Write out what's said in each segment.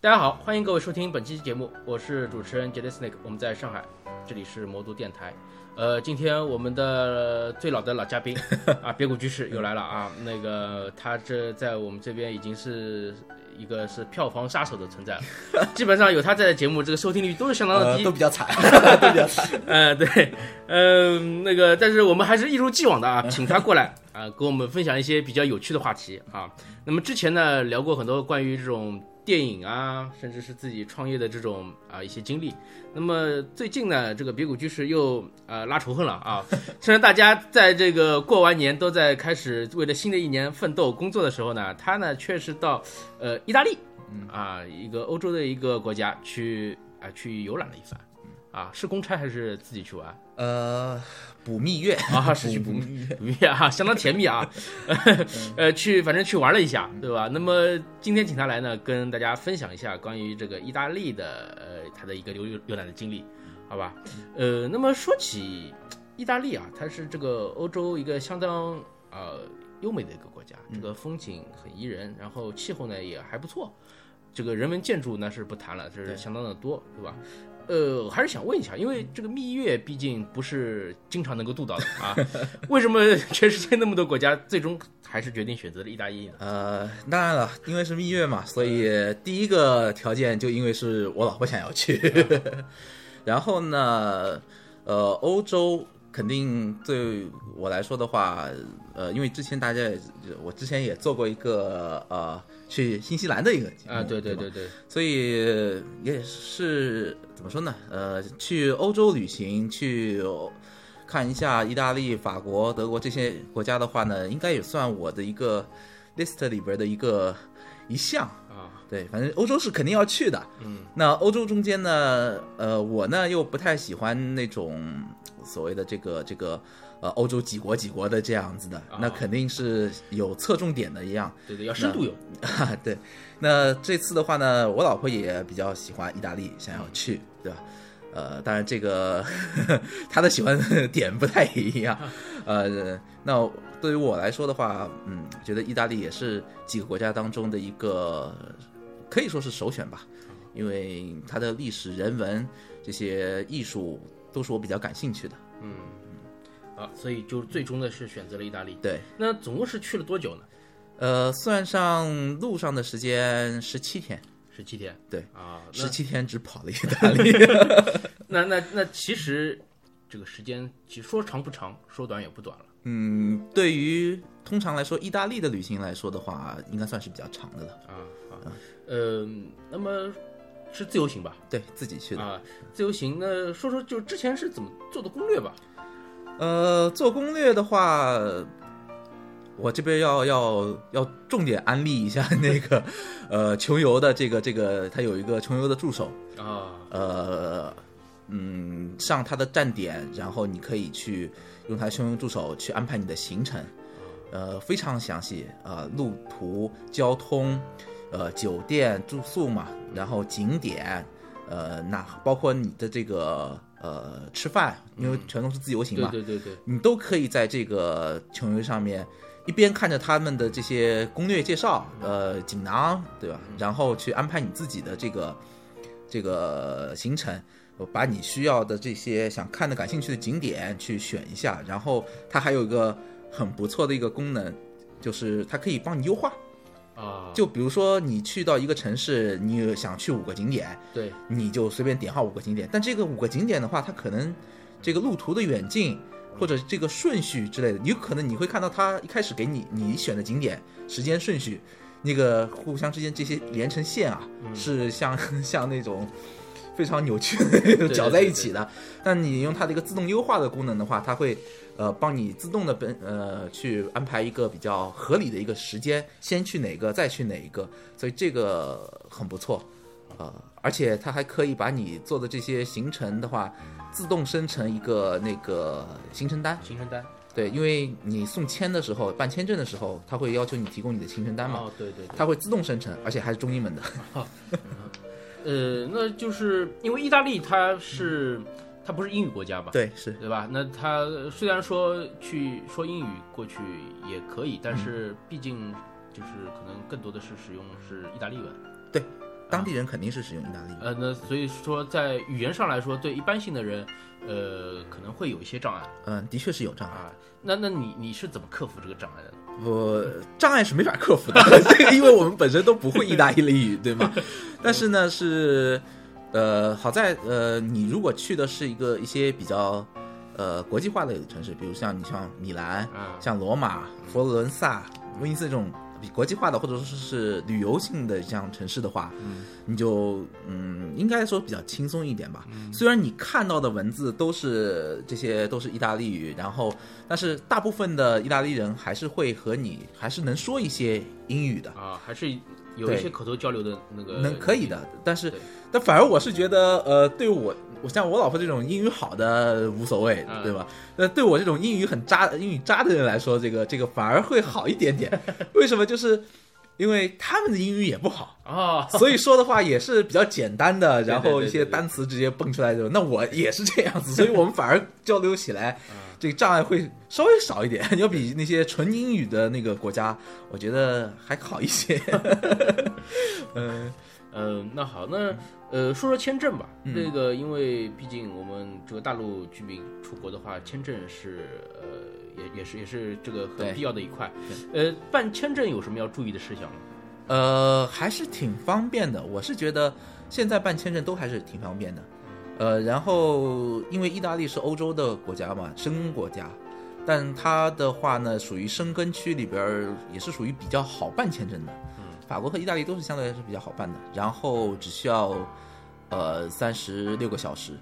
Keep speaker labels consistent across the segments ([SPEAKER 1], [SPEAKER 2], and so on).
[SPEAKER 1] 大家好，欢迎各位收听本期节目，我是主持人杰 e Snake，我们在上海，这里是魔都电台。呃，今天我们的最老的老嘉宾啊，别谷居士又来了啊。那个他这在我们这边已经是一个是票房杀手的存在了，基本上有他在的节目，这个收听率都是相当的
[SPEAKER 2] 呃，
[SPEAKER 1] 低
[SPEAKER 2] 都。比较惨， 都比较惨。
[SPEAKER 1] 呃，对，嗯，那个，但是我们还是一如既往的啊，请他过来啊、跟我们分享一些比较有趣的话题啊。那么之前呢，聊过很多关于这种电影啊，甚至是自己创业的这种啊一些经历。那么最近呢，这个别谷居士又呃拉仇恨了啊。趁着大家在这个过完年都在开始为了新的一年奋斗工作的时候呢，他呢确实到呃意大利啊一个欧洲的一个国家去啊去游览了一番。啊，是公差还是自己去玩？
[SPEAKER 2] 呃，补蜜月
[SPEAKER 1] 啊是去补蜜
[SPEAKER 2] 蜜月，
[SPEAKER 1] 愉悦啊，相当甜蜜 啊，呃，去反正去玩了一下，对吧？那么今天请他来呢，跟大家分享一下关于这个意大利的呃他的一个游游览的经历，好吧？呃，那么说起意大利啊，它是这个欧洲一个相当呃优美的一个国家，这个风景很宜人，然后气候呢也还不错，这个人文建筑那是不谈了，这是
[SPEAKER 2] 对
[SPEAKER 1] 相当的多，对吧？呃，我还是想问一下，因为这个蜜月毕竟不是经常能够度到的 啊，为什么全世界那么多国家最终还是决定选择了意大利呢？
[SPEAKER 2] 呃，当然了，因为是蜜月嘛，所以第一个条件就因为是我老婆想要去， 然后呢，呃，欧洲肯定对我来说的话，呃，因为之前大家也我之前也做过一个呃去新西兰的一个节目
[SPEAKER 1] 啊，对对
[SPEAKER 2] 吧
[SPEAKER 1] 对对，
[SPEAKER 2] 所以也是怎么说呢？呃，去欧洲旅行，去欧看一下意大利、法国、德国这些国家的话呢，应该也算我的一个 list 里边的一个一项。
[SPEAKER 1] 啊，
[SPEAKER 2] 对，反正欧洲是肯定要去的。
[SPEAKER 1] 嗯，
[SPEAKER 2] 那欧洲中间呢，呃，我呢又不太喜欢那种所谓的这个这个呃欧洲几国几国的这样子的，那
[SPEAKER 1] 啊
[SPEAKER 2] 肯定是有侧重点的一样。
[SPEAKER 1] 对对，要深度游，
[SPEAKER 2] 啊，对，那这次的话呢，我老婆也比较喜欢意大利，想要去，对吧？呃，当然这个 她的喜欢的点不太一样，呃，那对于我来说的话，嗯，觉得意大利也是几个国家当中的一个可以说是首选吧，因为它的历史、人文这些艺术都是我比较感兴趣的。
[SPEAKER 1] 嗯，啊，所以就最终呢是选择了意大利。
[SPEAKER 2] 对，
[SPEAKER 1] 那总共是去了多久呢？
[SPEAKER 2] 呃，算上路上的时间，十七天，
[SPEAKER 1] 十七天。
[SPEAKER 2] 对
[SPEAKER 1] 啊，那
[SPEAKER 2] 十七天只跑了意大利。
[SPEAKER 1] 那那那其实这个时间，其实说长不长，说短也不短了。
[SPEAKER 2] 嗯，对于通常来说，意大利的旅行来说的话，应该算是比较长的了。
[SPEAKER 1] 啊啊，嗯，那么是自由行吧？
[SPEAKER 2] 对自己去的，
[SPEAKER 1] 啊，自由行呢，说说就之前是怎么做的攻略吧？
[SPEAKER 2] 呃，做攻略的话，我这边要要要重点安利一下 那个，呃，穷游的这个这个，他有一个穷游的助手，
[SPEAKER 1] 啊，
[SPEAKER 2] 呃，嗯，上他的站点，然后你可以去用他的穷游助手去安排你的行程，呃，非常详细，呃，路途、交通，呃，酒店、住宿嘛，然后景点，呃，那包括你的这个呃吃饭，因为全都是自由行
[SPEAKER 1] 对
[SPEAKER 2] 嘛，
[SPEAKER 1] 对对对，
[SPEAKER 2] 你都可以在这个穷游上面一边看着他们的这些攻略介绍，呃，锦囊，对吧？然后去安排你自己的这个这个行程，呃把你需要的这些想看的、感兴趣的景点去选一下。然后它还有一个很不错的一个功能，就是它可以帮你优化。
[SPEAKER 1] 啊，
[SPEAKER 2] 就比如说你去到一个城市，你想去五个景点，
[SPEAKER 1] 对，
[SPEAKER 2] 你就随便点号五个景点。但这个五个景点的话，它可能这个路途的远近或者这个顺序之类的，有可能你会看到它一开始给你你选的景点时间顺序，那个互相之间这些连成线啊，
[SPEAKER 1] 嗯
[SPEAKER 2] 是像 像那种。非常扭曲 的
[SPEAKER 1] 对
[SPEAKER 2] 搅在一起的，但你用它的一个自动优化的功能的话，它会呃帮你自动的本呃去安排一个比较合理的一个时间，先去哪个再去哪一个，所以这个很不错。呃，而且它还可以把你做的这些行程的话，自动生成一个那个行程单。
[SPEAKER 1] 行程单。
[SPEAKER 2] 对，因为你送签的时候，办签证的时候，它会要求你提供你的行程单嘛，
[SPEAKER 1] 哦，对对对。
[SPEAKER 2] 它会自动生成，而且还是中英文的。
[SPEAKER 1] 呃，那就是因为意大利它是它不是英语国家吧？
[SPEAKER 2] 对，是
[SPEAKER 1] 对吧？那它虽然说去说英语过去也
[SPEAKER 2] 嗯
[SPEAKER 1] 可以，但是毕竟就是可能更多的是使用是意大利文。
[SPEAKER 2] 对，当地人肯定是使用意大利语。
[SPEAKER 1] 呃，那所以说在语言上来说，对一般性的人，呃，可能会有一些障碍
[SPEAKER 2] 嗯，的确是有障碍。
[SPEAKER 1] 啊。那那你你是怎么克服这个障碍的？
[SPEAKER 2] 不，障碍是没法克服 的，这个因为我们本身都不会意大利语，对 吗？但是呢，是呃，好在呃，你如果去的是一个一些比较呃国际化的城市，比如像你像米兰、
[SPEAKER 1] 啊，
[SPEAKER 2] 像罗马、佛罗伦萨、威尼斯这种比国际化的或者说是旅游性的这样城市的话，
[SPEAKER 1] 嗯
[SPEAKER 2] 你就嗯，应该说比较轻松一点吧。虽然你看到的文字都是这些都是意大利语，然后但是大部分的意大利人还是会和你还是能说一些英语的，
[SPEAKER 1] 啊，还是有一
[SPEAKER 2] 对
[SPEAKER 1] 些口头交流的那个
[SPEAKER 2] 能可以的。但是
[SPEAKER 1] 对
[SPEAKER 2] 但反而我是觉得，呃，对我我像我老婆这种英语好的无所谓
[SPEAKER 1] 嗯，
[SPEAKER 2] 对吧？那对我这种英语很渣、英语渣的人来说，这个这个反而会好一 点点。为什么？就是因为他们的英语也 不好。
[SPEAKER 1] 啊，
[SPEAKER 2] 所以说的话也是比较简单的，然后
[SPEAKER 1] 对
[SPEAKER 2] 一
[SPEAKER 1] 对对
[SPEAKER 2] 些
[SPEAKER 1] 对
[SPEAKER 2] 单词直接蹦出来的。那我也是这样子，所以我们反而交流起来，
[SPEAKER 1] 嗯
[SPEAKER 2] 这个障碍会稍微少一点， 要比那些纯英语的那个国家，我觉得还好一些。嗯
[SPEAKER 1] 呃，那好，那呃，说说签证吧。
[SPEAKER 2] 嗯
[SPEAKER 1] 这个，因为毕竟我们这个大陆居民出国的话，签证是呃，也也是也是这个很
[SPEAKER 2] 对
[SPEAKER 1] 必要的一块。呃，办签证有什么要注意的事项吗？
[SPEAKER 2] 呃，还是挺方便的。我是觉得现在办签证都还是挺方便的。呃，然后因为意大利是欧洲的国家嘛，申国家，但它的话呢，属于申根区里边儿也是属于比较好办签证的。法国和意大利都是相对来说比较好办的，然后只需要呃三十六个小时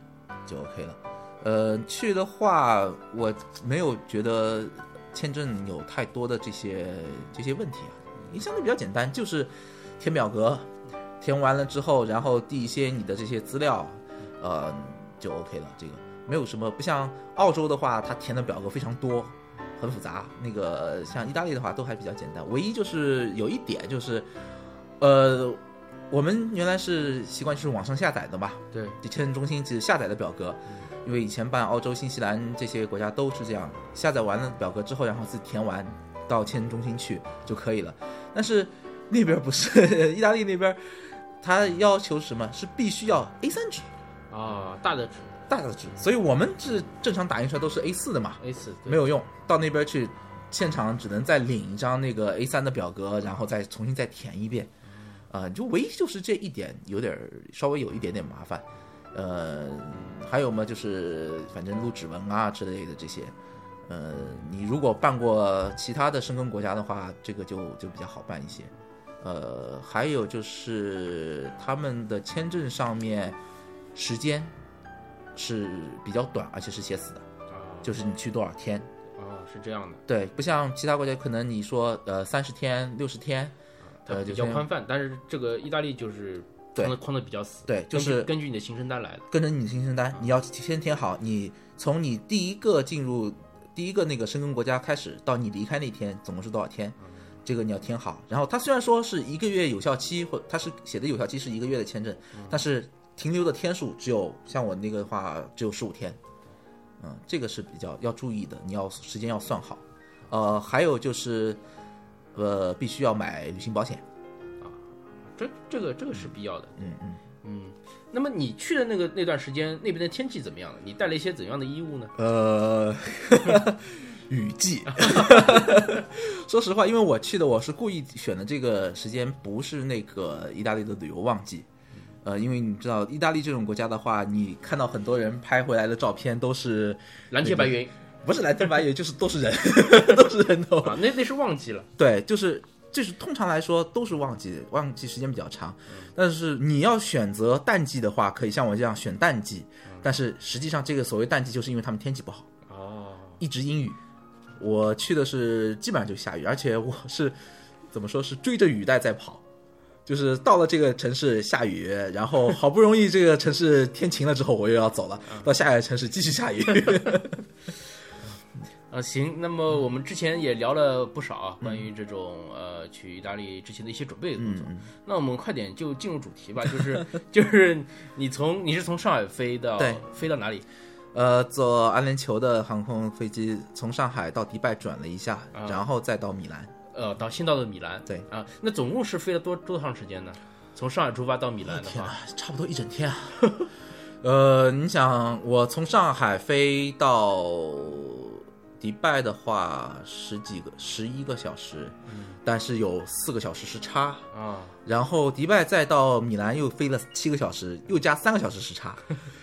[SPEAKER 2] 就 OK 了。呃，去的话，我没有觉得签证有太多的这些这些问题啊，也相对比较简单，就是填表格，填完了之后，然后递一些你的这些资料，呃，就 OK 了。这个没有什么，不像澳洲的话，它填的表格非常多，很复杂。那个像意大利的话，都还比较简单。唯一就是有一点就是，呃，我们原来是习惯就是网上下载的嘛，
[SPEAKER 1] 对，
[SPEAKER 2] 这签证中心其实下载的表格，因为以前办澳洲、新西兰这些国家都是这样，下载完了表格之后，然后自己填完到签证中心去就可以了。但是那边不是， 意大利那边他要求什么是必须要 A 3纸
[SPEAKER 1] 啊，大的纸
[SPEAKER 2] 大的纸，所以我们是正常打印出来都是 A 4的嘛，
[SPEAKER 1] A 四
[SPEAKER 2] 没有用，到那边去现场只能再领一张那个 A 3的表格，然后再重新再填一遍。呃，就唯一就是这一点有点儿稍微有一点点麻烦。呃，还有嘛，就是反正录指纹啊之类的这些。呃，你如果办过其他的申根国家的话，这个就就比较好办一些。呃，还有就是他们的签证上面时间是比较短，而且是写死的，
[SPEAKER 1] 啊，
[SPEAKER 2] 就是你去多少天，
[SPEAKER 1] 啊是这样的，
[SPEAKER 2] 对，不像其他国家，可能你说呃三十天、六十天，
[SPEAKER 1] 它
[SPEAKER 2] 呃
[SPEAKER 1] 比
[SPEAKER 2] 就
[SPEAKER 1] 较
[SPEAKER 2] 是
[SPEAKER 1] 宽泛，但是这个意大利就是
[SPEAKER 2] 对
[SPEAKER 1] 框的框的比较死，
[SPEAKER 2] 对，就
[SPEAKER 1] 根据
[SPEAKER 2] 是
[SPEAKER 1] 根据你的行程单来的。
[SPEAKER 2] 跟着你的行程单，你要先填好，你从你第一个进入第一个那个申根国家开始，到你离开那天，总共是多少天？这个你要填好。然后它虽然说是一个月有效期，或它是写的有效期是一个月的签证，但是停留的天数只有像我那个的话只有十五天，嗯，这个是比较要注意的，你要时间要算好。呃，还有就是，呃，必须要买旅行保险。
[SPEAKER 1] 这这个这个是必要的。
[SPEAKER 2] 嗯嗯。
[SPEAKER 1] 嗯，那么你去的那个那段时间，那边的天气怎么样呢？你带了一些怎样的衣物呢？
[SPEAKER 2] 呃， 雨季。 说实话，因为我去的我是故意选的这个时间，不是那个意大利的旅游旺季。呃，因为你知道，意大利这种国家的话，你看到很多人拍回来的照片都是
[SPEAKER 1] 蓝天白云
[SPEAKER 2] 不是蓝天白云，就是都是人， 都是人头。
[SPEAKER 1] 啊，那那是旺季了。
[SPEAKER 2] 对，就是就是通常来说都是旺季，旺季时间比较长。但是你要选择淡季的话，可以像我这样选淡季。但是实际上，这个所谓淡季，就是因为他们天气不好。
[SPEAKER 1] 哦，
[SPEAKER 2] 一直阴雨。我去的是基本上就下雨，而且我是怎么说是追着雨带在跑，就是到了这个城市下雨，然后好不容易这个城市天晴了之后，我又要走了，到下一个城市继续下雨。
[SPEAKER 1] 啊，行，那么我们之前也聊了不少啊，关于这种呃去意大利之前的一些准备工作。那我们快点就进入主题吧，就是就是你从你是从上海飞到
[SPEAKER 2] 对
[SPEAKER 1] 飞到哪里？
[SPEAKER 2] 呃，坐阿联酋的航空飞机从上海到迪拜转了一下，然后再到米兰。
[SPEAKER 1] 呃，到先到的米兰。
[SPEAKER 2] 对
[SPEAKER 1] 啊，那总共是飞了多多长时间呢？从上海出发到米兰的
[SPEAKER 2] 天
[SPEAKER 1] 话，
[SPEAKER 2] 啊，差不多一整天啊。呃，你想，我从上海飞到迪拜的话，十几个、十一个小时，但是有四个小时时差。
[SPEAKER 1] 啊，
[SPEAKER 2] 然后迪拜再到米兰又飞了七个小时，又加三个小时时差，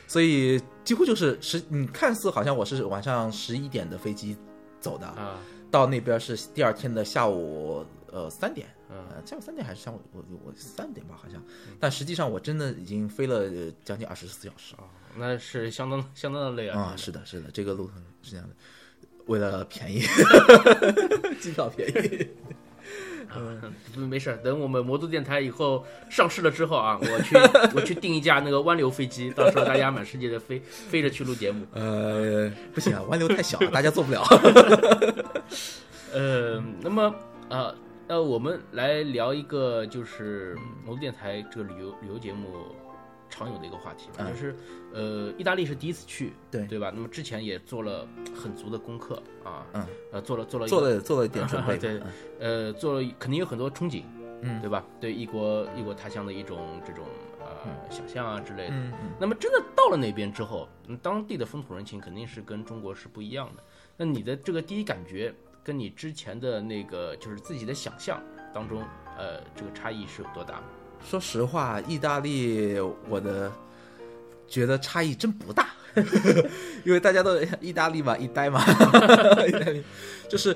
[SPEAKER 2] 所以几乎就是十。你看似好像我是晚上十一点的飞机走的，
[SPEAKER 1] 啊，
[SPEAKER 2] 到那边是第二天的下午呃三点，
[SPEAKER 1] 嗯
[SPEAKER 2] 呃下午三点还是下午我我我三点吧好像，但实际上我真的已经飞了呃将近二十四小时
[SPEAKER 1] 哦那是相当相当的累啊。
[SPEAKER 2] 啊、是的，是的，这个路程是这样的，为了便宜，机票便宜，
[SPEAKER 1] 不嗯没事儿，等我们魔都电台以后上市了之后啊，我 去我去订一架那个湾流飞机，到时候大家满世界的飞飞着去录节目。
[SPEAKER 2] 呃不行啊，湾流太小了，大家做不了。
[SPEAKER 1] 呃，那么呃呃，我们来聊一个就是魔都电台这个旅游旅游节目常有的一个话题吧，
[SPEAKER 2] 嗯
[SPEAKER 1] 就是呃，意大利是第一次去，
[SPEAKER 2] 对
[SPEAKER 1] 对吧？那么之前也做了很足的功课啊，
[SPEAKER 2] 嗯，
[SPEAKER 1] 呃，做了做了一个
[SPEAKER 2] 做了做了一点准 备，
[SPEAKER 1] 对
[SPEAKER 2] 嗯
[SPEAKER 1] 呃，做了肯定有很多憧憬，
[SPEAKER 2] 嗯
[SPEAKER 1] 对吧？对异国异国他乡的一种这种呃想象啊之类的。
[SPEAKER 2] 嗯嗯，
[SPEAKER 1] 那么真的到了那边之后，嗯当地的风土人情肯定是跟中国是不一样的。那你的这个第一感觉跟你之前的那个就是自己的想象当中，呃，这个差异是有多大？
[SPEAKER 2] 说实话，意大利我的觉得差异真不大，因为大家都意大利嘛，一呆嘛，意大利就是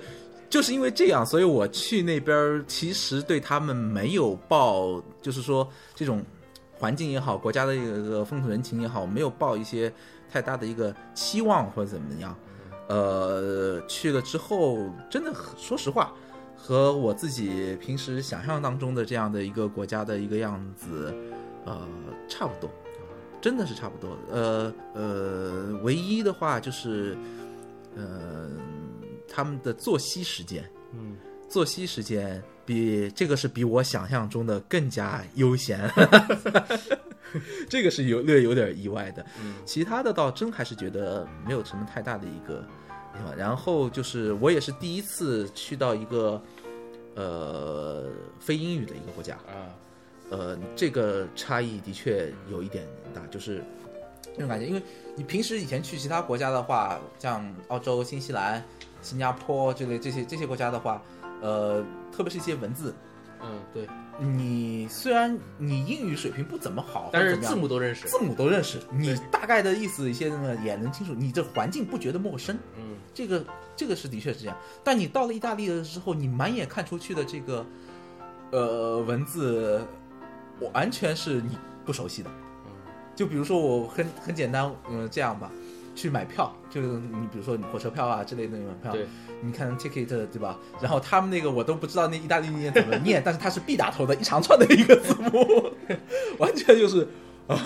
[SPEAKER 2] 就是因为这样，所以我去那边儿其实对他们没有抱，就是说这种环境也好，国家的一个风土人情也好，没有抱一些太大的一个期望或者怎么样。呃，去了之后，真的很说实话，和我自己平时想象当中的这样的一个国家的一个样子，呃，差不多，真的是差不多。呃呃，唯一的话就是，呃，他们的作息时间，
[SPEAKER 1] 嗯，
[SPEAKER 2] 作息时间比这个是比我想象中的更加悠闲， 这个是有略有点意外的。其他的倒真还是觉得没有什么太大的一个地方。然后就是我也是第一次去到一个呃非英语的一个国家，
[SPEAKER 1] 啊，
[SPEAKER 2] 呃，这个差异的确有一点大，就是那种感觉，因为你平时以前去其他国家的话，像澳洲、新西兰、新加坡之类这些这些国家的话，呃，特别是一些文字，
[SPEAKER 1] 嗯，对，
[SPEAKER 2] 你虽然你英语水平不怎么好，
[SPEAKER 1] 但
[SPEAKER 2] 或者
[SPEAKER 1] 是
[SPEAKER 2] 怎么样
[SPEAKER 1] 字母都认识。
[SPEAKER 2] 字母都认识，你
[SPEAKER 1] 对
[SPEAKER 2] 大概的意思一些那么也能清楚，你这环境不觉得陌生，
[SPEAKER 1] 嗯，
[SPEAKER 2] 这个这个是的确是这样。但你到了意大利的时候，你满眼看出去的这个，呃，文字，我完全是你不熟悉的。
[SPEAKER 1] 嗯
[SPEAKER 2] 就比如说我很很简单，嗯、这样吧，去买票，就是你比如说你火车票啊之类的那种票，
[SPEAKER 1] 对，
[SPEAKER 2] 你看 ticket 对吧？然后他们那个我都不知道那意大利念怎么念，但是它是 B 打头的一长串的一个字母， 完全就是啊、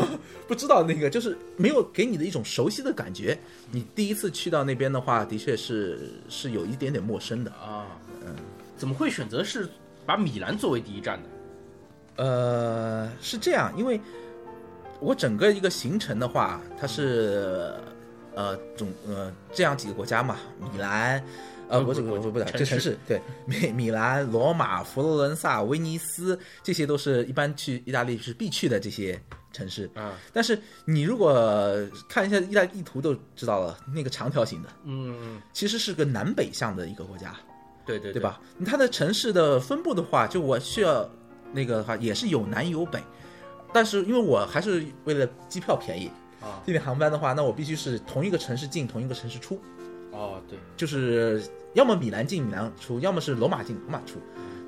[SPEAKER 2] 不知道那个就是没有给你的一种熟悉的感觉。你第一次去到那边的话，的确是是有一点点陌生的。
[SPEAKER 1] 啊，
[SPEAKER 2] 嗯
[SPEAKER 1] 怎么会选择是把米兰作为第一站呢？
[SPEAKER 2] 呃，是这样，因为我整个一个行程的话，它是呃总呃这样几个国家嘛，米兰，呃
[SPEAKER 1] 不
[SPEAKER 2] 不是
[SPEAKER 1] 不
[SPEAKER 2] 不
[SPEAKER 1] 不
[SPEAKER 2] 是不是
[SPEAKER 1] 城
[SPEAKER 2] 这城
[SPEAKER 1] 市
[SPEAKER 2] 市对米米兰、罗马、佛罗伦萨、威尼斯，这些都是一般去意大利是必去的这些城市。
[SPEAKER 1] 啊，
[SPEAKER 2] 但是你如果看一下意大利地图都知道了，那个长条形的
[SPEAKER 1] 嗯，
[SPEAKER 2] 其实是个南北向的一个国家。
[SPEAKER 1] 对对
[SPEAKER 2] 对？吧？它的城市的分布的话，就我需要那个的话也是有南有北，但是因为我还是为了机票便宜
[SPEAKER 1] 啊，
[SPEAKER 2] 这点航班的话，那我必须是同一个城市进，同一个城市出，
[SPEAKER 1] 哦，对，
[SPEAKER 2] 就是要么米兰进米兰出，要么是罗马进罗马出。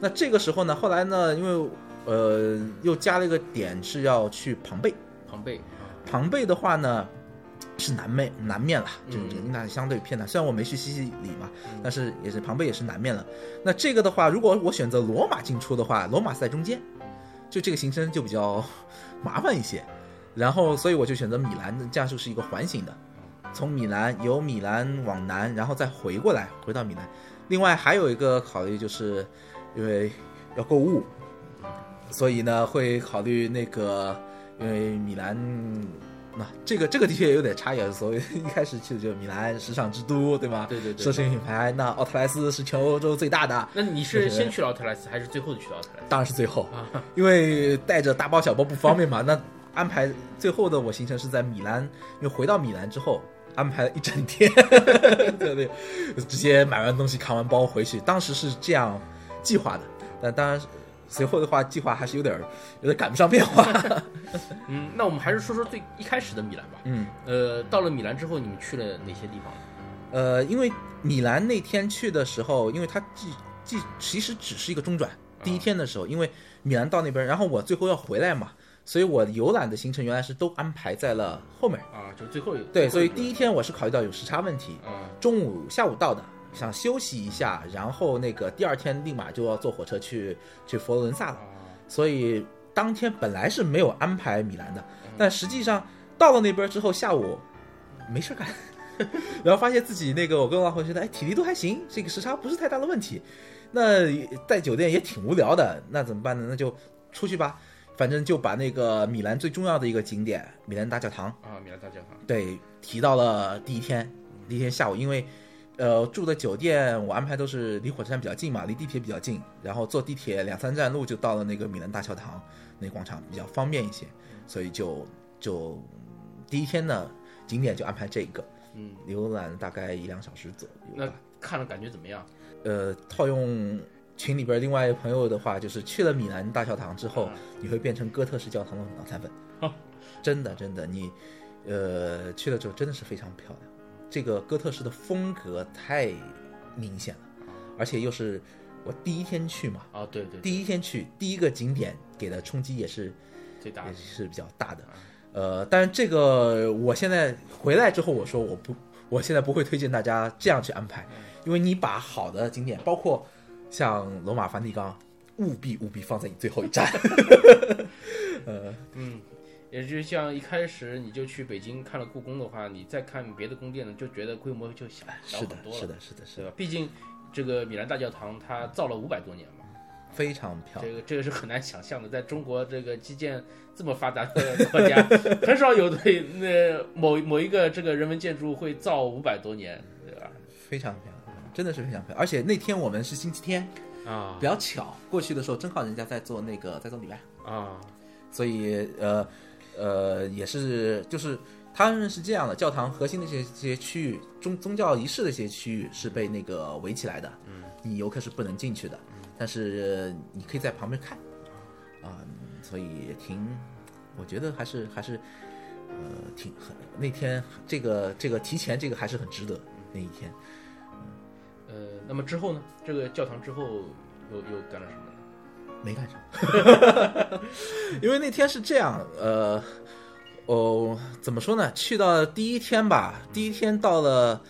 [SPEAKER 2] 那这个时候呢，后来呢，因为呃又加了一个点是要去庞贝，
[SPEAKER 1] 庞贝，
[SPEAKER 2] 庞贝的话呢，是南面南面了，
[SPEAKER 1] 嗯
[SPEAKER 2] 这个这个那相对偏南。虽然我没去西西里嘛，但是也是庞贝也是南面了。那这个的话，如果我选择罗马进出的话，罗马是在中间，就这个行程就比较麻烦一些。 然后，所以我就选择米兰，这样就是一个环形的，从米兰由米兰往南，然后再回过来回到米兰。另外还有一个考虑就是，因为要购物，所以呢会考虑那个，因为米兰那这个这 个的确有点差异，所以一开始去的就是米兰时尚之都，对吧？
[SPEAKER 1] 对对 对
[SPEAKER 2] 奢侈品品牌，那奥特莱斯是全欧洲最大的，
[SPEAKER 1] 那你是先去了奥特莱斯，还是最后去的奥特莱斯？
[SPEAKER 2] 当然是最后，因为带着大包小包不方便嘛。那安排最后的我行程是在米兰，因为回到米兰之后安排了一整天， 对对，直接买完东西扛完包回去。当时是这样计划的，但当然随后的话计划还是有点儿有点赶不上变化。
[SPEAKER 1] 嗯，那我们还是说说最一开始的米兰吧。
[SPEAKER 2] 嗯，
[SPEAKER 1] 呃，到了米兰之后，你们去了哪些地方？
[SPEAKER 2] 呃，因为米兰那天去的时候，因为它既既其实只是一个中转，第一天的时候，因为米兰到那边，然后我最后要回来嘛，所以我游览的行程原来是都安排在了后面。
[SPEAKER 1] 啊，就最后一
[SPEAKER 2] 对，所以第
[SPEAKER 1] 一
[SPEAKER 2] 一天我是考虑到有时差问题，
[SPEAKER 1] 啊，
[SPEAKER 2] 中午下午到的，想休息一下，然后那个第二天立马就要坐火车去去佛罗伦
[SPEAKER 1] 啊
[SPEAKER 2] 萨了，所以当天本来是没有安排米兰的，但实际上到了那边之后下午没事儿干， 然后发现自己那个我跟我老婆觉得哎体力都还行，这个时差不是太大的问题，那在酒店也挺无聊的，那怎么办呢？那就出去吧。反正就把那个米兰最重要的一个景点——米兰大教堂，
[SPEAKER 1] 啊，米兰大教堂
[SPEAKER 2] 对，提到了第一天，第一天下午，因为呃住的酒店我安排都是离火车站比较近嘛，离地铁比较近，然后坐地铁两三站路就到了那个米兰大教堂那广场，比较方便一些，
[SPEAKER 1] 嗯
[SPEAKER 2] 所以就就第一天呢景点就安排这个，
[SPEAKER 1] 嗯，
[SPEAKER 2] 浏览大概一两小时左右
[SPEAKER 1] 那
[SPEAKER 2] 吧。
[SPEAKER 1] 看了感觉怎么样？
[SPEAKER 2] 呃，套用群里边另外一个朋友的话，就是去了米兰大教堂之后，你会变成哥特式教堂的脑残粉。真的真的，你呃去了之后真的是非常漂亮，这个哥特式的风格太明显了，而且又是我第一天去嘛，
[SPEAKER 1] 啊，对对，
[SPEAKER 2] 第一天去第一个景点给的冲击也是
[SPEAKER 1] 最大
[SPEAKER 2] 也
[SPEAKER 1] 的
[SPEAKER 2] 是比较大的。呃，但是这个我现在回来之后，我说我不，我现在不会推荐大家这样去安排，
[SPEAKER 1] 嗯
[SPEAKER 2] 因为你把好的景点，包括像罗马梵蒂冈，务必务必放在你最后一 站。
[SPEAKER 1] 嗯，也就像一开始你就去北京看了故宫的话，你再看别的宫殿呢，就觉得规模就小小
[SPEAKER 2] 是的
[SPEAKER 1] 很，多了，
[SPEAKER 2] 是的，是的，是
[SPEAKER 1] 对
[SPEAKER 2] 的，
[SPEAKER 1] 吧？毕竟这个米兰大教堂它造了五百多年嘛，
[SPEAKER 2] 非常漂亮。
[SPEAKER 1] 这个这个是很难想象的，在中国这个基建这么发达的国家，很少有对那某某一个这个人文建筑会造五百多年，对吧？
[SPEAKER 2] 非常漂亮，真的是非常漂亮。而且那天我们是星期天，
[SPEAKER 1] 啊
[SPEAKER 2] 比较巧，过去的时候正好人家在做那个在做礼拜，
[SPEAKER 1] 啊，
[SPEAKER 2] 所以呃呃也是就是他们是这样的，教堂核心的这些这些区域，宗宗教仪式的一些区域是被那个围起来的，嗯，你游客是不能进去的，但是你可以在旁边看，啊、所以也挺，我觉得还是还是。呃，挺很那天这个这个提前这个还是很值得那一天，
[SPEAKER 1] 呃，那么之后呢？这个教堂之后又又干了什么呢？
[SPEAKER 2] 没干啥， 因为那天是这样，呃，哦，怎么说呢？去到第一天吧，第一天到了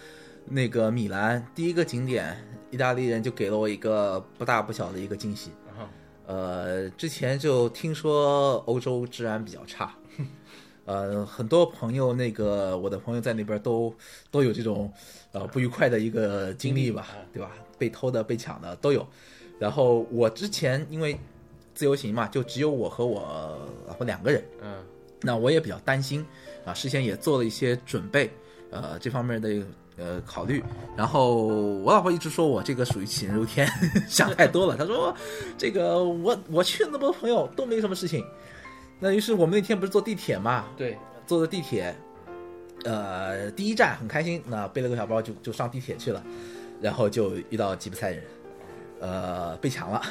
[SPEAKER 2] 那个米兰，第一个景点，意大利人就给了我一个不大不小的一个惊喜。
[SPEAKER 1] 啊，
[SPEAKER 2] 呃，之前就听说欧洲治安比较差， 呃，很多朋友那个我的朋友在那边都都有这种呃不愉快的一个经历吧
[SPEAKER 1] 经历啊，
[SPEAKER 2] 对吧？被偷的、被抢的都有。然后我之前因为自由行嘛，就只有我和我老婆两个人，
[SPEAKER 1] 嗯
[SPEAKER 2] 那我也比较担心啊，事先也做了一些准备，呃，这方面的呃考虑。然后我老婆一直说我这个属于杞人忧天， 想太多了。她说这个我我去那么多朋友都没什么事情。那于是我们那天不是坐地铁嘛，
[SPEAKER 1] 对，
[SPEAKER 2] 坐的地铁，呃，第一站很开心，那背了个小包就就上地铁去了，然后就遇到吉普赛人，呃，被抢了。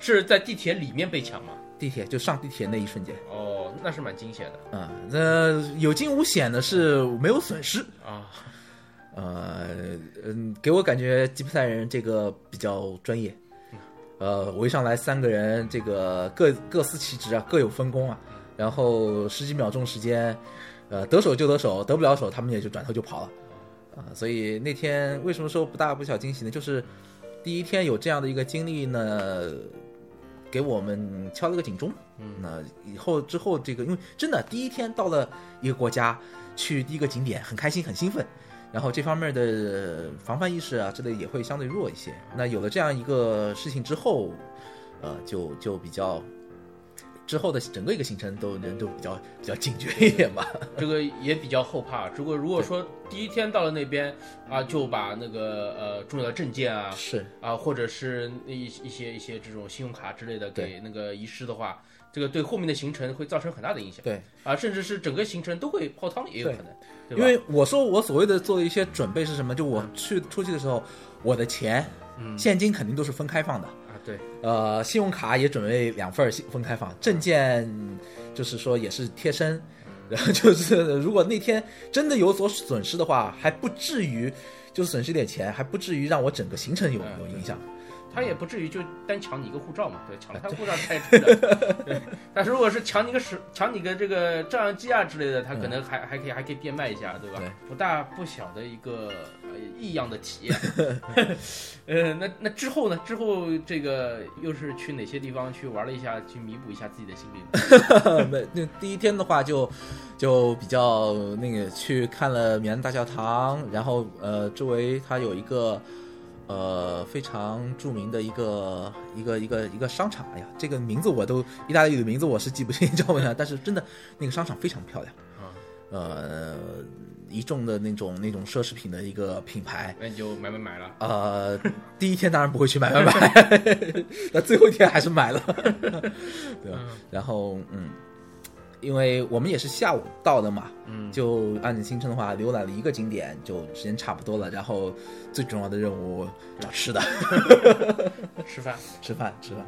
[SPEAKER 1] 是在地铁里面被抢吗？
[SPEAKER 2] 地铁就上地铁那一瞬间，
[SPEAKER 1] 哦，那是蛮惊险的
[SPEAKER 2] 啊、那有惊无险的是没有损失，
[SPEAKER 1] 啊。
[SPEAKER 2] 呃，嗯，给我感觉吉普赛人这个比较专业。呃，围上来三个人，这个各各司其职啊，各有分工啊。然后十几秒钟时间，呃，得手就得手，得不了手他们也就转头就跑了。啊、所以那天为什么说不大不小惊喜呢？就是第一天有这样的一个经历呢，给我们敲了个警钟。嗯，那以后之后这个，因为真的第一天到了一个国家，去第一个景点，很开心，很兴奋。然后这方面的防范意识啊之类也会相对弱一些。那有了这样一个事情之后，呃，就就比较之后的整个一个行程都人都比较比较警觉一点 吧。
[SPEAKER 1] 这个也比较后怕。如果如果说第一天到了那边啊，就把那个呃重要的证件啊
[SPEAKER 2] 是，
[SPEAKER 1] 啊，或者是一一些一些这种信用卡之类的
[SPEAKER 2] 对
[SPEAKER 1] 给那个遗失的话，这个对后面的行程会造成很大的影响
[SPEAKER 2] 对，
[SPEAKER 1] 啊，甚至是整个行程都会泡汤也有可能，对
[SPEAKER 2] 因
[SPEAKER 1] 吧？
[SPEAKER 2] 为我说我所谓的做一些准备是什么？就我去出去的时候，我的钱，
[SPEAKER 1] 嗯
[SPEAKER 2] 现金肯定都是分开放的，
[SPEAKER 1] 啊，对，
[SPEAKER 2] 呃，信用卡也准备两份儿信分开放，证件就是说也是贴身。然后就是，如果那天真的有所损失的话，还不至于，就是损失点钱，还不至于让我整个行程有
[SPEAKER 1] 嗯
[SPEAKER 2] 有影响。
[SPEAKER 1] 他也不至于就单抢你一个护照嘛，对，抢他护照太重了。 对，但是如果是抢你个手，抢你个这个照相机啊之类的，他可能还、还可以还可以变卖一下，对吧？
[SPEAKER 2] 对
[SPEAKER 1] 不大不小的一个呃异样的体验。呃，那那之后呢？之后这个又是去哪些地方去玩了一下，去弥补一下自己的心理呢？
[SPEAKER 2] 呃没，那第一天的话就就比较那个去看了米兰大教堂，然后呃，周围它有一个呃非常著名的一个一个一个一个商场，哎呀，这个名字我都意大利语的名字我是记不清 叫什么，但是真的那个商场非常漂亮，
[SPEAKER 1] 啊，
[SPEAKER 2] 呃，一众的那种那种奢侈品的一个品牌。
[SPEAKER 1] 那你就买买买了。
[SPEAKER 2] 呃，第一天当然不会去买买买， 那最后一天还是买了，对吧？然后嗯，因为我们也是下午到的嘛，
[SPEAKER 1] 嗯，
[SPEAKER 2] 就按行程的话，浏览了一个景点，就时间差不多了。然后最重要的任务找吃的，
[SPEAKER 1] 吃饭。
[SPEAKER 2] 吃饭，吃饭。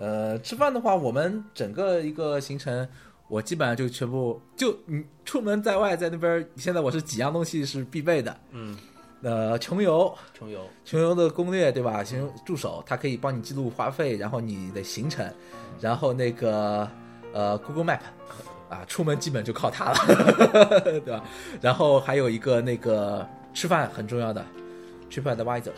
[SPEAKER 2] 呃，吃饭的话，我们整个一个行程，我基本上就全部就你出门在外，在那边，现在我是几样东西是必备的，
[SPEAKER 1] 嗯，
[SPEAKER 2] 呃，穷游，
[SPEAKER 1] 穷游。
[SPEAKER 2] 穷游的攻略，对吧？穷游助手，它可以帮你记录花费，然后你的行程，然后那个呃 Google Map，啊，出门基本就靠它了， 对吧？然后还有一个那个吃饭很重要的，TripAdvisor，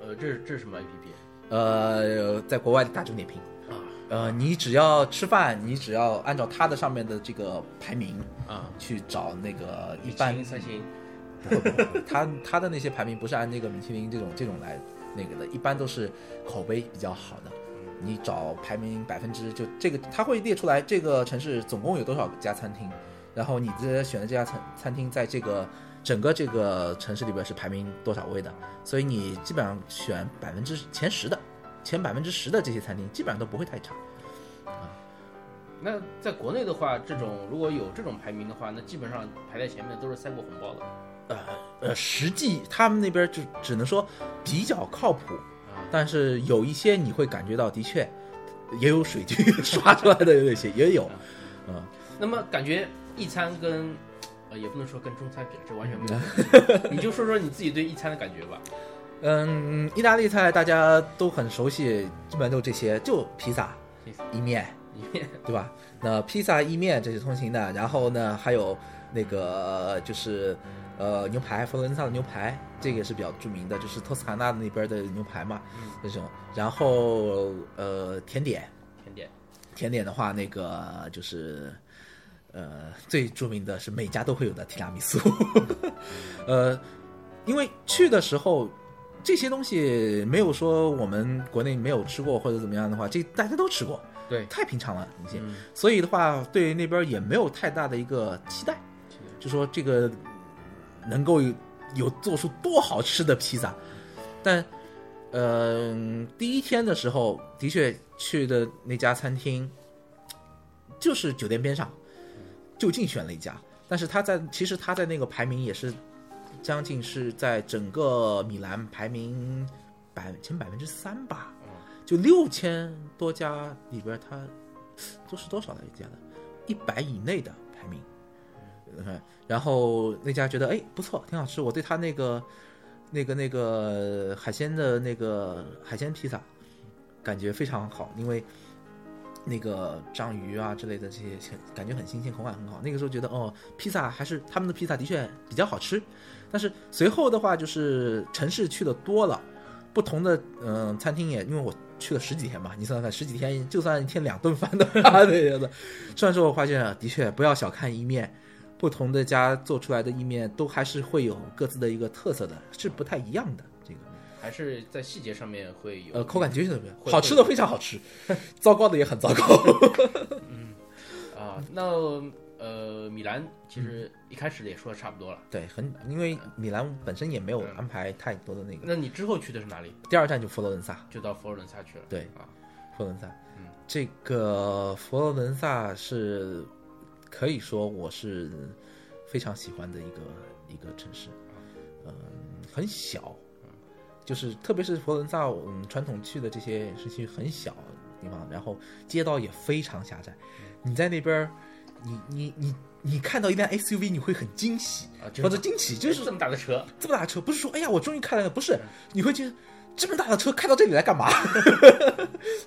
[SPEAKER 1] 呃，这是这是什么 A P
[SPEAKER 2] 呃，在国外的大众点评，
[SPEAKER 1] P？啊
[SPEAKER 2] 呃，你只要吃饭，你只要按照它的上面的这个排名
[SPEAKER 1] 啊，
[SPEAKER 2] 去找那个一
[SPEAKER 1] 一
[SPEAKER 2] 般
[SPEAKER 1] 星三星。
[SPEAKER 2] 不会不会，他他的那些排名不是按那个米其林这种这种来那个的，一般都是口碑比较好的。你找排名百分之就这个，他会列出来这个城市总共有多少家餐厅，然后你这选的这家餐餐厅在这个整个这个城市里边是排名多少位的，所以你基本上选百分之前十的，前百分之十的这些餐厅基本上都不会太差。
[SPEAKER 1] 那在国内的话，这种如果有这种排名的话，那基本上排在前面的都是塞过红包的
[SPEAKER 2] 呃，实际他们那边就只能说比较靠谱，
[SPEAKER 1] 啊。
[SPEAKER 2] 但是有一些你会感觉到，的确也有水军刷出来的有一些也有，嗯，
[SPEAKER 1] 那么感觉一餐跟呃也不能说跟中餐比，这完全没有关 系。你就说说你自己对一餐的感觉吧。
[SPEAKER 2] 嗯，意大利菜大家都很熟悉，基本上就这些，就披萨、
[SPEAKER 1] 披萨
[SPEAKER 2] 意面，
[SPEAKER 1] 里面
[SPEAKER 2] 对吧？那披萨、意面这是通行的，然后呢还有那个呃就是呃牛排，佛罗伦萨的牛排，这个也是比较著名的，就是托斯卡纳那边的牛排嘛，
[SPEAKER 1] 嗯
[SPEAKER 2] 这种。然后呃甜点，
[SPEAKER 1] 甜点
[SPEAKER 2] 甜点的话，那个就是，呃，最著名的是每家都会有的提拉米苏， 呃，因为去的时候这些东西没有说我们国内没有吃过或者怎么样的话，这大家都吃过，
[SPEAKER 1] 对
[SPEAKER 2] 太平常了东西，
[SPEAKER 1] 嗯
[SPEAKER 2] 所以的话对那边也没有太大的一个期待，就说这个能够有有做出多好吃的披萨，但。嗯，第一天的时候的确去的那家餐厅，就是酒店边上，就近选了一家，但是他在其实他在那个排名也是将近是在整个米兰排名百前百分之三吧，就六千多家里边，它都是多少来家的？一百以内的排名。嗯，然后那家觉得哎不错，挺好吃，我对他那个那个那个海鲜的那个海鲜披萨感觉非常好，因为那个章鱼啊之类的这些感觉很新鲜，口感很好。那个时候觉得哦，披萨还是他们的披萨的确比较好吃，但是随后的话就是城市去的多了，不同的嗯、呃餐厅也因为我。去了十几天吧，你算算看，十几天就算一天两顿饭的话，对对对。吃完之后发现啊，的确不要小看意面，不同的家做出来的意面都还是会有各自的一个特色的，是不太一样的。这个，
[SPEAKER 1] 还是在细节上面会有
[SPEAKER 2] 呃，口感绝对怎么样？
[SPEAKER 1] 会
[SPEAKER 2] 好吃的非常好吃，糟糕的 也很糟糕。
[SPEAKER 1] 啊。那呃，米兰其实一开始也说的差不多了。
[SPEAKER 2] 对，很因为米兰本身也没有安排太多的那个，
[SPEAKER 1] 那你之后去的是哪里？
[SPEAKER 2] 第二站就佛罗伦萨，
[SPEAKER 1] 就到佛罗伦萨去了。
[SPEAKER 2] 对
[SPEAKER 1] 啊，
[SPEAKER 2] 佛罗伦萨
[SPEAKER 1] 嗯，
[SPEAKER 2] 这个佛罗伦萨是可以说我是非常喜欢的一个一个城市，嗯，很小，就是特别是佛罗伦萨，嗯，传统去的这些市区很小的地方，然后街道也非常狭窄，
[SPEAKER 1] 嗯
[SPEAKER 2] 你在那边儿，你你你你看到一辆 SUV，你会很惊喜，
[SPEAKER 1] 啊，
[SPEAKER 2] 或者惊喜就是
[SPEAKER 1] 这么大的车，
[SPEAKER 2] 这么大的车，不是说哎呀我终于看到了，不
[SPEAKER 1] 嗯
[SPEAKER 2] 是，你会觉得这么大的车开到这里来干嘛？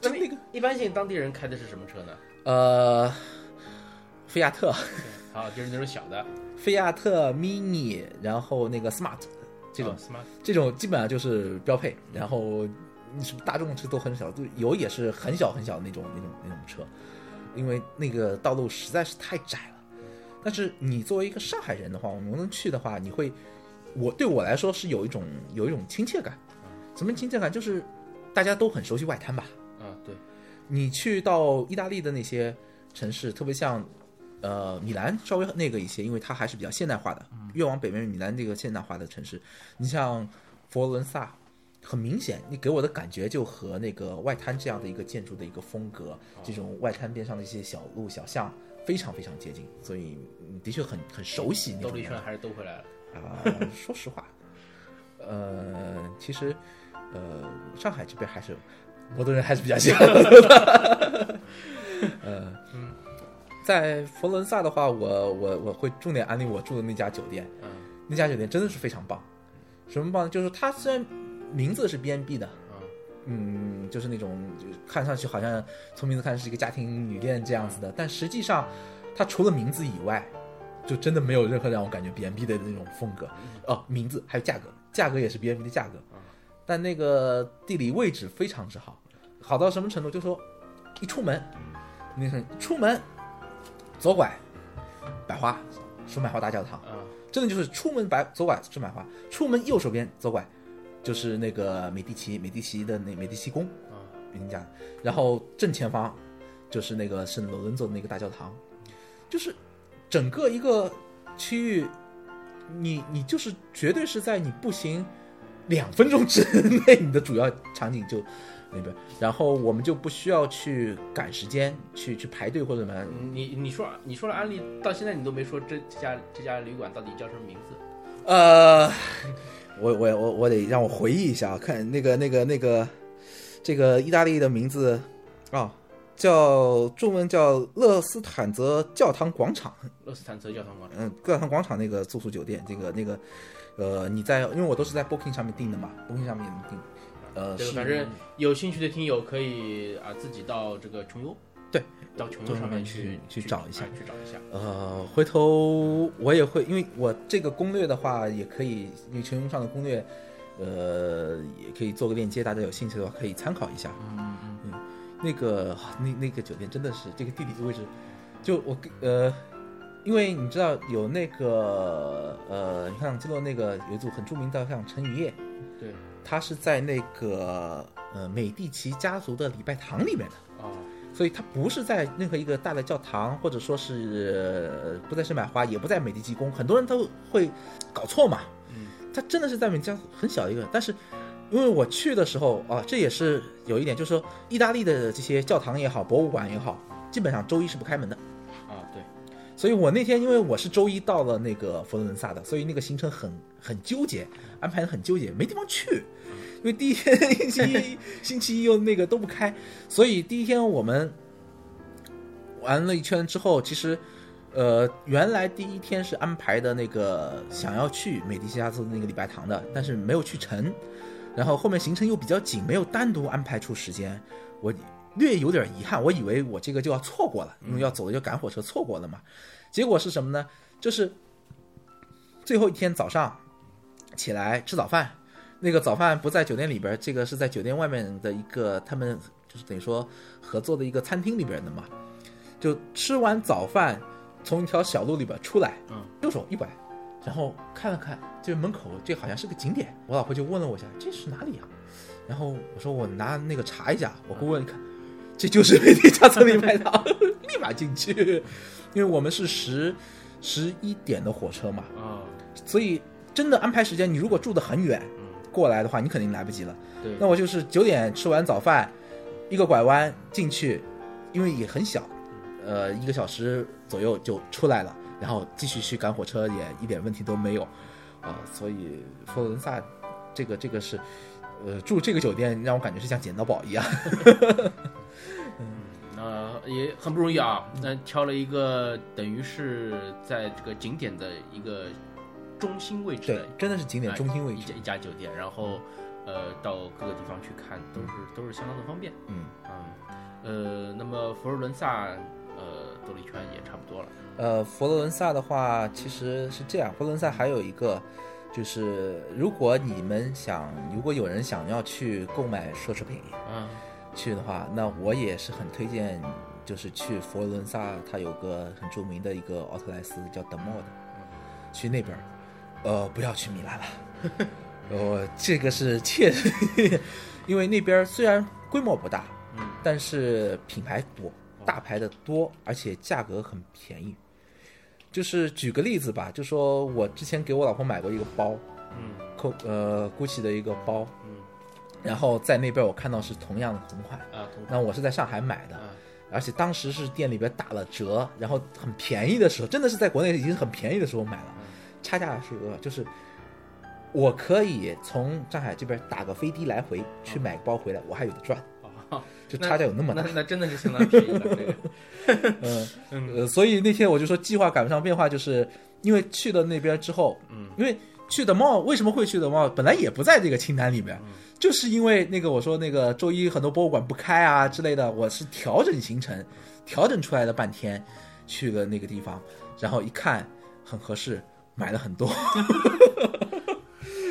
[SPEAKER 2] 就那个
[SPEAKER 1] 一般性当地人开的是什么车呢？
[SPEAKER 2] 呃，菲亚特，
[SPEAKER 1] 啊，就是那种小的
[SPEAKER 2] 菲亚特 mini，然后那个 smart 这种、
[SPEAKER 1] 啊 smart
[SPEAKER 2] 这种基本上就是标配，然后什么大众车都很小，就有也是很小很小的那种那种那种车，因为那个道路实在是太窄了。但是你作为一个上海人的话，我们能去的话，你会，我对我来说是有一种有一种亲切感。什么亲切感？就是大家都很熟悉外滩吧，
[SPEAKER 1] 啊，对，
[SPEAKER 2] 你去到意大利的那些城市，特别像呃米兰，稍微那个一些，因为它还是比较现代化的。越往北面，米兰这个现代化的城市，你像佛罗伦萨，很明显，你给我的感觉就和那个外滩这样的一个建筑的一个风格，这种外滩边上的一些小路小巷。非常非常接近，所以嗯的确很很熟悉那
[SPEAKER 1] 兜
[SPEAKER 2] 种
[SPEAKER 1] 了一
[SPEAKER 2] 感觉
[SPEAKER 1] 圈还是兜回来了。
[SPEAKER 2] 啊、说实话，呃，其实，呃，上海这边还是摩登人还是比较喜欢摩登的。 呃，在佛罗伦萨的话，我我我会重点安利我住的那家酒店，
[SPEAKER 1] 嗯
[SPEAKER 2] 那家酒店真的是非常棒。什么棒呢？就是它虽然名字是 B&B 的，
[SPEAKER 1] 嗯
[SPEAKER 2] 嗯，就是那种就是看上去好像从名字看是一个家庭旅店这样子的，但实际上它除了名字以外，就真的没有任何让我感觉 B&B 的那种风格。哦，名字还有价格，价格也是 B&B 的价格，但那个地理位置非常之好，好到什么程度？就说一出门，那是出门左拐，百花圣百花大教堂。
[SPEAKER 1] 啊
[SPEAKER 2] 真的就是出门白左拐是满花，出门右手边左拐就是那个美第奇，美第奇的那美第奇宫，
[SPEAKER 1] 啊
[SPEAKER 2] 人家，然后正前方就是那个圣罗伦佐的那个大教堂，就是整个一个区域，你你就是绝对是在你步行两分钟之内，你的主要场景就那边，然后我们就不需要去赶时间，去去排队或者什么，
[SPEAKER 1] 你你说啊你说了安利，到现在你都没说这这家这家旅馆到底叫什么名字？
[SPEAKER 2] 呃，我我我我得让我回忆一下，啊，看那个那个那个，这个意大利的名字啊、叫中文叫勒斯坦泽教堂广场，
[SPEAKER 1] 勒斯坦泽教堂广场。
[SPEAKER 2] 嗯，教堂广场那个住宿酒店，这个那个，呃，你在，因为我都是在 Booking 上面订的嘛，Booking 上面订，呃，
[SPEAKER 1] 这个
[SPEAKER 2] 是
[SPEAKER 1] 反正有兴趣的听友可以啊自己到这个穷游，
[SPEAKER 2] 对，
[SPEAKER 1] 到穷游上面去
[SPEAKER 2] 去去找一下
[SPEAKER 1] 哎去找一下。
[SPEAKER 2] 呃，回头我也会，因为我这个攻略的话，也可以，因为群用上的攻略，呃，也可以做个链接，大家有兴趣的话可以参考一下。
[SPEAKER 1] 嗯嗯
[SPEAKER 2] 那个呃那那个酒店真的是这个地理位置，就我跟呃，因为你知道有那个呃，你看基洛那个有一组很著名的像陈雨夜，
[SPEAKER 1] 嗯，对，
[SPEAKER 2] 他是在那个呃美第奇家族的礼拜堂里面的。
[SPEAKER 1] 哦，
[SPEAKER 2] 所以它不是在任何一个大的教堂，或者说是呃不在圣百花，也不在美第奇宫，很多人都会搞错嘛。
[SPEAKER 1] 嗯，
[SPEAKER 2] 它真的是在美加很小一个，但是因为我去的时候啊，这也是有一点，就是说意大利的这些教堂也好，博物馆也好，基本上周一是不开门的。
[SPEAKER 1] 啊对，
[SPEAKER 2] 所以我那天因为我是周一到了那个佛罗伦萨的，所以那个行程很很纠结，安排的很纠结，没地方去，因为第一天星期一星期一又那个都不开，所以第一天我们玩了一圈之后，其实。呃，原来第一天是安排的那个想要去美第奇家族的那个礼拜堂的，但是没有去成，然后后面行程又比较紧，没有单独安排出时间，我略有点遗憾，我以为我这个就要错过了，因为要走的就赶火车错过了嘛。结果是什么呢？就是最后一天早上起来吃早饭，那个早饭不在酒店里边儿，这个是在酒店外面的一个他们就是等于说合作的一个餐厅里边儿的嘛。就吃完早饭，从一条小路里边儿出来，
[SPEAKER 1] 嗯，
[SPEAKER 2] 右手一拐，然后看了看，这门口这好像是个景点，我老婆就问了我一下，这是哪里呀、然后我说我拿那个查一下，我过问一看，这就是 美丽加特林麦当， 立马进去，因为我们是十十一点的火车嘛，
[SPEAKER 1] 啊，
[SPEAKER 2] 所以真的安排时间，你如果住得很远
[SPEAKER 1] 嗯，
[SPEAKER 2] 过来的话，你肯定来不及了。
[SPEAKER 1] 对，
[SPEAKER 2] 那我就是九点吃完早饭，一个拐弯进去，因为也很小，呃，一个小时左右就出来了，然后继续去赶火车也一点问题都没有，啊、所以佛罗伦萨这个这个是，呃，住这个酒店让我感觉是像捡到宝一样。
[SPEAKER 1] 呃，也很不容易啊。那挑了一个等于是在这个景点的一个中心位置
[SPEAKER 2] 对
[SPEAKER 1] 的，
[SPEAKER 2] 真的是景点中心位
[SPEAKER 1] 一
[SPEAKER 2] 置
[SPEAKER 1] 家。一家酒店，然后呃到各个地方去看，都是都是相当的方便。
[SPEAKER 2] 嗯，
[SPEAKER 1] 嗯，呃，那么佛罗伦萨呃兜了一圈也差不多了。
[SPEAKER 2] 呃，佛罗伦萨的话其实是这样，佛罗伦萨还有一个。就是如果你们想，如果有人想要去购买奢侈品，
[SPEAKER 1] 嗯
[SPEAKER 2] 去的话，那我也是很推荐，就是去佛罗伦萨，它有个很著名的一个奥特莱斯叫德莫的，
[SPEAKER 1] 嗯
[SPEAKER 2] 去那边儿，呃，不要去米兰了， 呃，这个是切， 因为那边儿虽然规模不大，
[SPEAKER 1] 嗯，哦
[SPEAKER 2] 但是品牌多，大牌的多，而且价格很便宜。就是举个例子吧，就说我之前给我老婆买过一个包，
[SPEAKER 1] 嗯
[SPEAKER 2] 扣呃 GUCCI 的一个包，
[SPEAKER 1] 嗯
[SPEAKER 2] 然后在那边我看到是同样的同款。
[SPEAKER 1] 啊，同
[SPEAKER 2] 那我是在上海买的，
[SPEAKER 1] 啊
[SPEAKER 2] 而且当时是店里边打了折，然后很便宜的时候，真的是在国内已经很便宜的时候买了，
[SPEAKER 1] 嗯
[SPEAKER 2] 差价数额就是我可以从上海这边打个飞的来回去买包回来，我还有的赚，
[SPEAKER 1] 啊，
[SPEAKER 2] 就差价有那么
[SPEAKER 1] 那
[SPEAKER 2] 大。
[SPEAKER 1] 那真的是相当便宜了。这个，
[SPEAKER 2] 嗯，
[SPEAKER 1] 嗯
[SPEAKER 2] 呃，所以那天我就说计划赶不上变化，就是因为去了那边之后，
[SPEAKER 1] 嗯，
[SPEAKER 2] 因为去的猫为什么会去的猫，本来也不在这个清单里面，就是因为那个我说那个周一很多博物馆不开啊之类的，我是调整行程，调整出来了半天，去了那个地方，然后一看很合适，买了很多。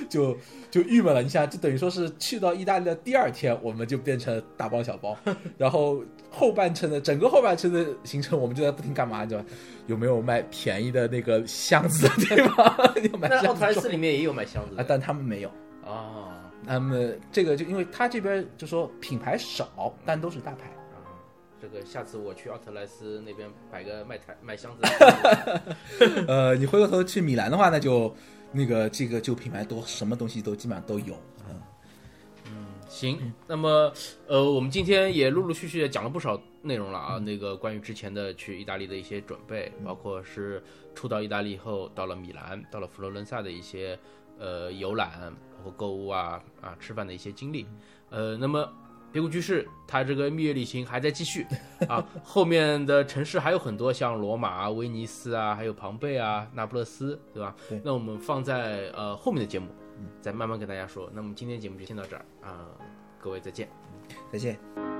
[SPEAKER 2] 就就郁闷了，你想，就等于说是去到意大利的第二天，我们就变成大包小包，然后后半程的整个后半程的行程，我们就在不停干嘛，你知道吧？有没有卖便宜的那个箱子的地方？ 就买
[SPEAKER 1] 那 奥
[SPEAKER 2] 箱
[SPEAKER 1] 特莱
[SPEAKER 2] 子
[SPEAKER 1] 斯里面也有卖箱子
[SPEAKER 2] 啊，
[SPEAKER 1] 的
[SPEAKER 2] 但他们没有。
[SPEAKER 1] 啊，
[SPEAKER 2] 那么这个就因为他这边就说品牌少，但都是大牌。
[SPEAKER 1] 啊这个下次我去奥特莱斯那边摆个卖台卖箱子，
[SPEAKER 2] 呃，你回过头去米兰的话，那就那个这个就品牌多，什么东西都基本上都有。嗯，
[SPEAKER 1] 行，那么呃，我们今天也陆陆续续地讲了不少内容了啊，那个关于之前的去意大利的一些准备，包括是初到意大利后到了米兰，到了佛罗伦萨的一些呃游览，包括购物啊啊吃饭的一些经历，呃，那么。别谷居士，他这个蜜月旅行还在继续啊，后面的城市还有很多，像罗马啊、威尼斯啊，还有庞贝啊、那不勒斯，对吧？
[SPEAKER 2] 对
[SPEAKER 1] 那我们放在呃后面的节目，再慢慢跟大家说。那么今天节目就先到这儿啊、各位再见。
[SPEAKER 2] 再见。
[SPEAKER 1] 嗯